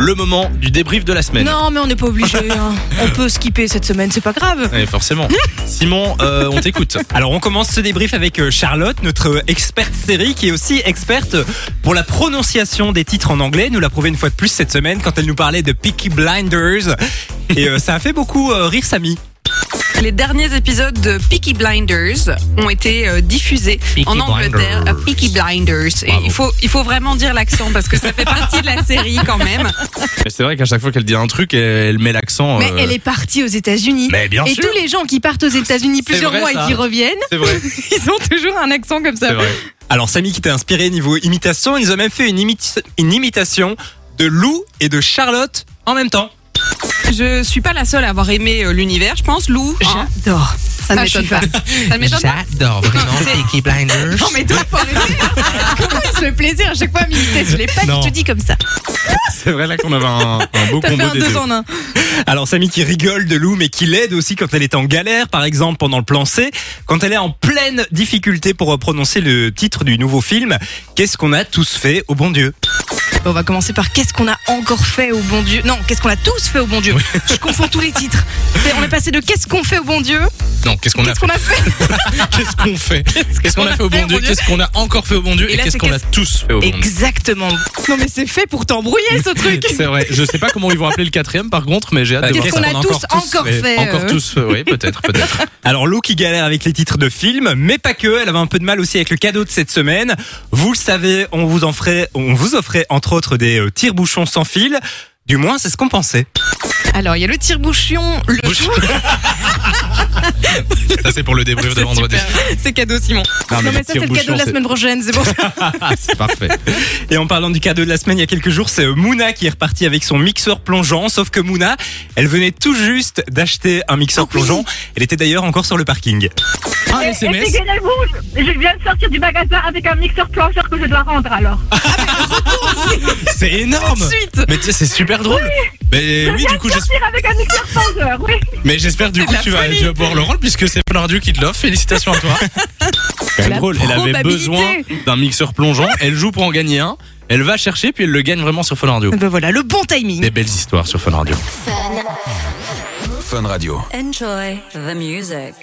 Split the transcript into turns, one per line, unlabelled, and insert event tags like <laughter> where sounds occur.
le moment du débrief de la semaine.
Non, mais on n'est pas
<laughs>
obligé. hein. On peut skipper cette semaine, c'est pas grave.
Ouais,
<laughs>
Eh, forcément. Simon, euh, on t'écoute.
Alors on commence ce débrief avec euh, Charlotte, notre experte série qui est aussi experte pour la prononciation des titres en anglais. Nous l'a prouvé une fois de plus cette semaine quand elle nous parlait de Peaky Blinders. Et euh, ça a fait beaucoup euh, rire Samy.
Les derniers épisodes de Peaky Blinders ont été euh, diffusés
Peaky
en Angleterre.
Blinders.
Euh, Peaky Blinders. Et
Bravo.
il faut, il faut vraiment dire l'accent parce que ça fait partie de la série quand même.
Mais c'est vrai qu'à chaque fois qu'elle dit un truc, elle met l'accent.
Mais
euh,
elle est partie aux États-Unis.
Mais bien
Et
sûr.
tous les gens qui partent aux États-Unis plusieurs
vrai,
mois
ça.
et qui reviennent, <laughs>
C'est vrai.
ils ont toujours un accent comme ça.
C'est vrai.
Alors Samy qui t'a inspiré niveau imitation, ils ont même fait une, imita- une imitation de Lou et de Charlotte en même temps.
Je suis pas la seule à avoir aimé euh, l'univers, je pense. Lou,
Ah,
hein.
J'adore. Ça ne
Ah,
m'étonne
je-
pas.
ça ne m'étonne pas.
J'adore
vraiment
Peaky Blinders.
Non, mais toi, faut
<laughs>
arrêter. Comment il se fait plaisir à chaque fois à militer Je l'ai pas
Non.
du tout dit comme ça.
C'est vrai là qu'on avait un, un beau
<laughs> T'as fait
combo
un
des
deux
deux.
en un.
Alors Samy qui rigole de Lou mais qui l'aide aussi quand elle est en galère par exemple pendant le plan C, quand elle est en pleine difficulté pour euh, prononcer le titre du nouveau film, qu'est-ce qu'on a tous fait au bon Dieu
On va commencer par qu'est-ce qu'on a encore fait au bon Dieu Non, qu'est-ce qu'on a tous fait au bon Dieu Je confonds tous les titres. C'est- On est passé de qu'est-ce qu'on fait au bon Dieu
Non, qu'est-ce qu'on a
Qu'est-ce qu'on a fait
Qu'est-ce
<laughs>
qu'on fait Qu'est-ce qu'on a fait au bon Dieu
Dieu
Qu'est-ce qu'on a encore fait au bon Dieu
Et
Et
là,
qu'est-ce
c'est
qu'on a tous fait au bon Dieu
Exactement. Non mais c'est fait pour t'embrouiller ce truc.
C'est vrai. Je sais pas comment ils vont appeler le quatrième, par contre, mais j'ai hâte de
Bah,
voir
Qu'est-ce
ça.
qu'on a tous
encore
encore,
tous fait,
fait
Encore
euh,
tous, oui, peut-être, peut-être.
Alors Lou qui galère avec les titres de films, mais pas que, elle avait un peu de mal aussi avec le cadeau de cette semaine. Vous le savez, on vous, en ferait- on vous offrait entre autres des euh, tire-bouchons sans fil. Du moins, c'est ce qu'on pensait.
Alors il y a le tire-bouchon, le
Bouchon. Ça, c'est pour
<laughs>
le débrief de vendredi.
c'est cadeau Simon. Non Ah, mais, ça c'est le cadeau de la semaine prochaine, <laughs> c'est bon.
<laughs> c'est parfait.
Et en parlant du cadeau de la semaine, il y a quelques jours, c'est euh, Mouna qui est repartie avec son mixeur plongeant. Sauf que Mouna, elle venait tout juste d'acheter un mixeur plongeant. Elle était d'ailleurs encore sur le parking.
Ah,
Un SMS
Excusez-moi, je je viens de sortir du magasin avec un mixeur plongeur que je dois rendre alors.
C'est énorme
Ensuite,
Mais tu sais, c'est super drôle. Mais oui, du coup, j'espère.
Sortir avec un mixeur plongeur, oui.
Mais j'espère du coup tu vas, tu vas pouvoir le rôle puisque c'est Paul Radio qui te l'offre.
<laughs>
Félicitations à toi. Quand même
La
drôle, elle avait
probabilité.
besoin d'un mixeur plongeant. Elle joue pour en gagner un. Elle va chercher puis elle le gagne vraiment sur Fun Radio.
ben voilà le bon timing.
Des belles histoires sur Fun Radio.
Enjoy the music.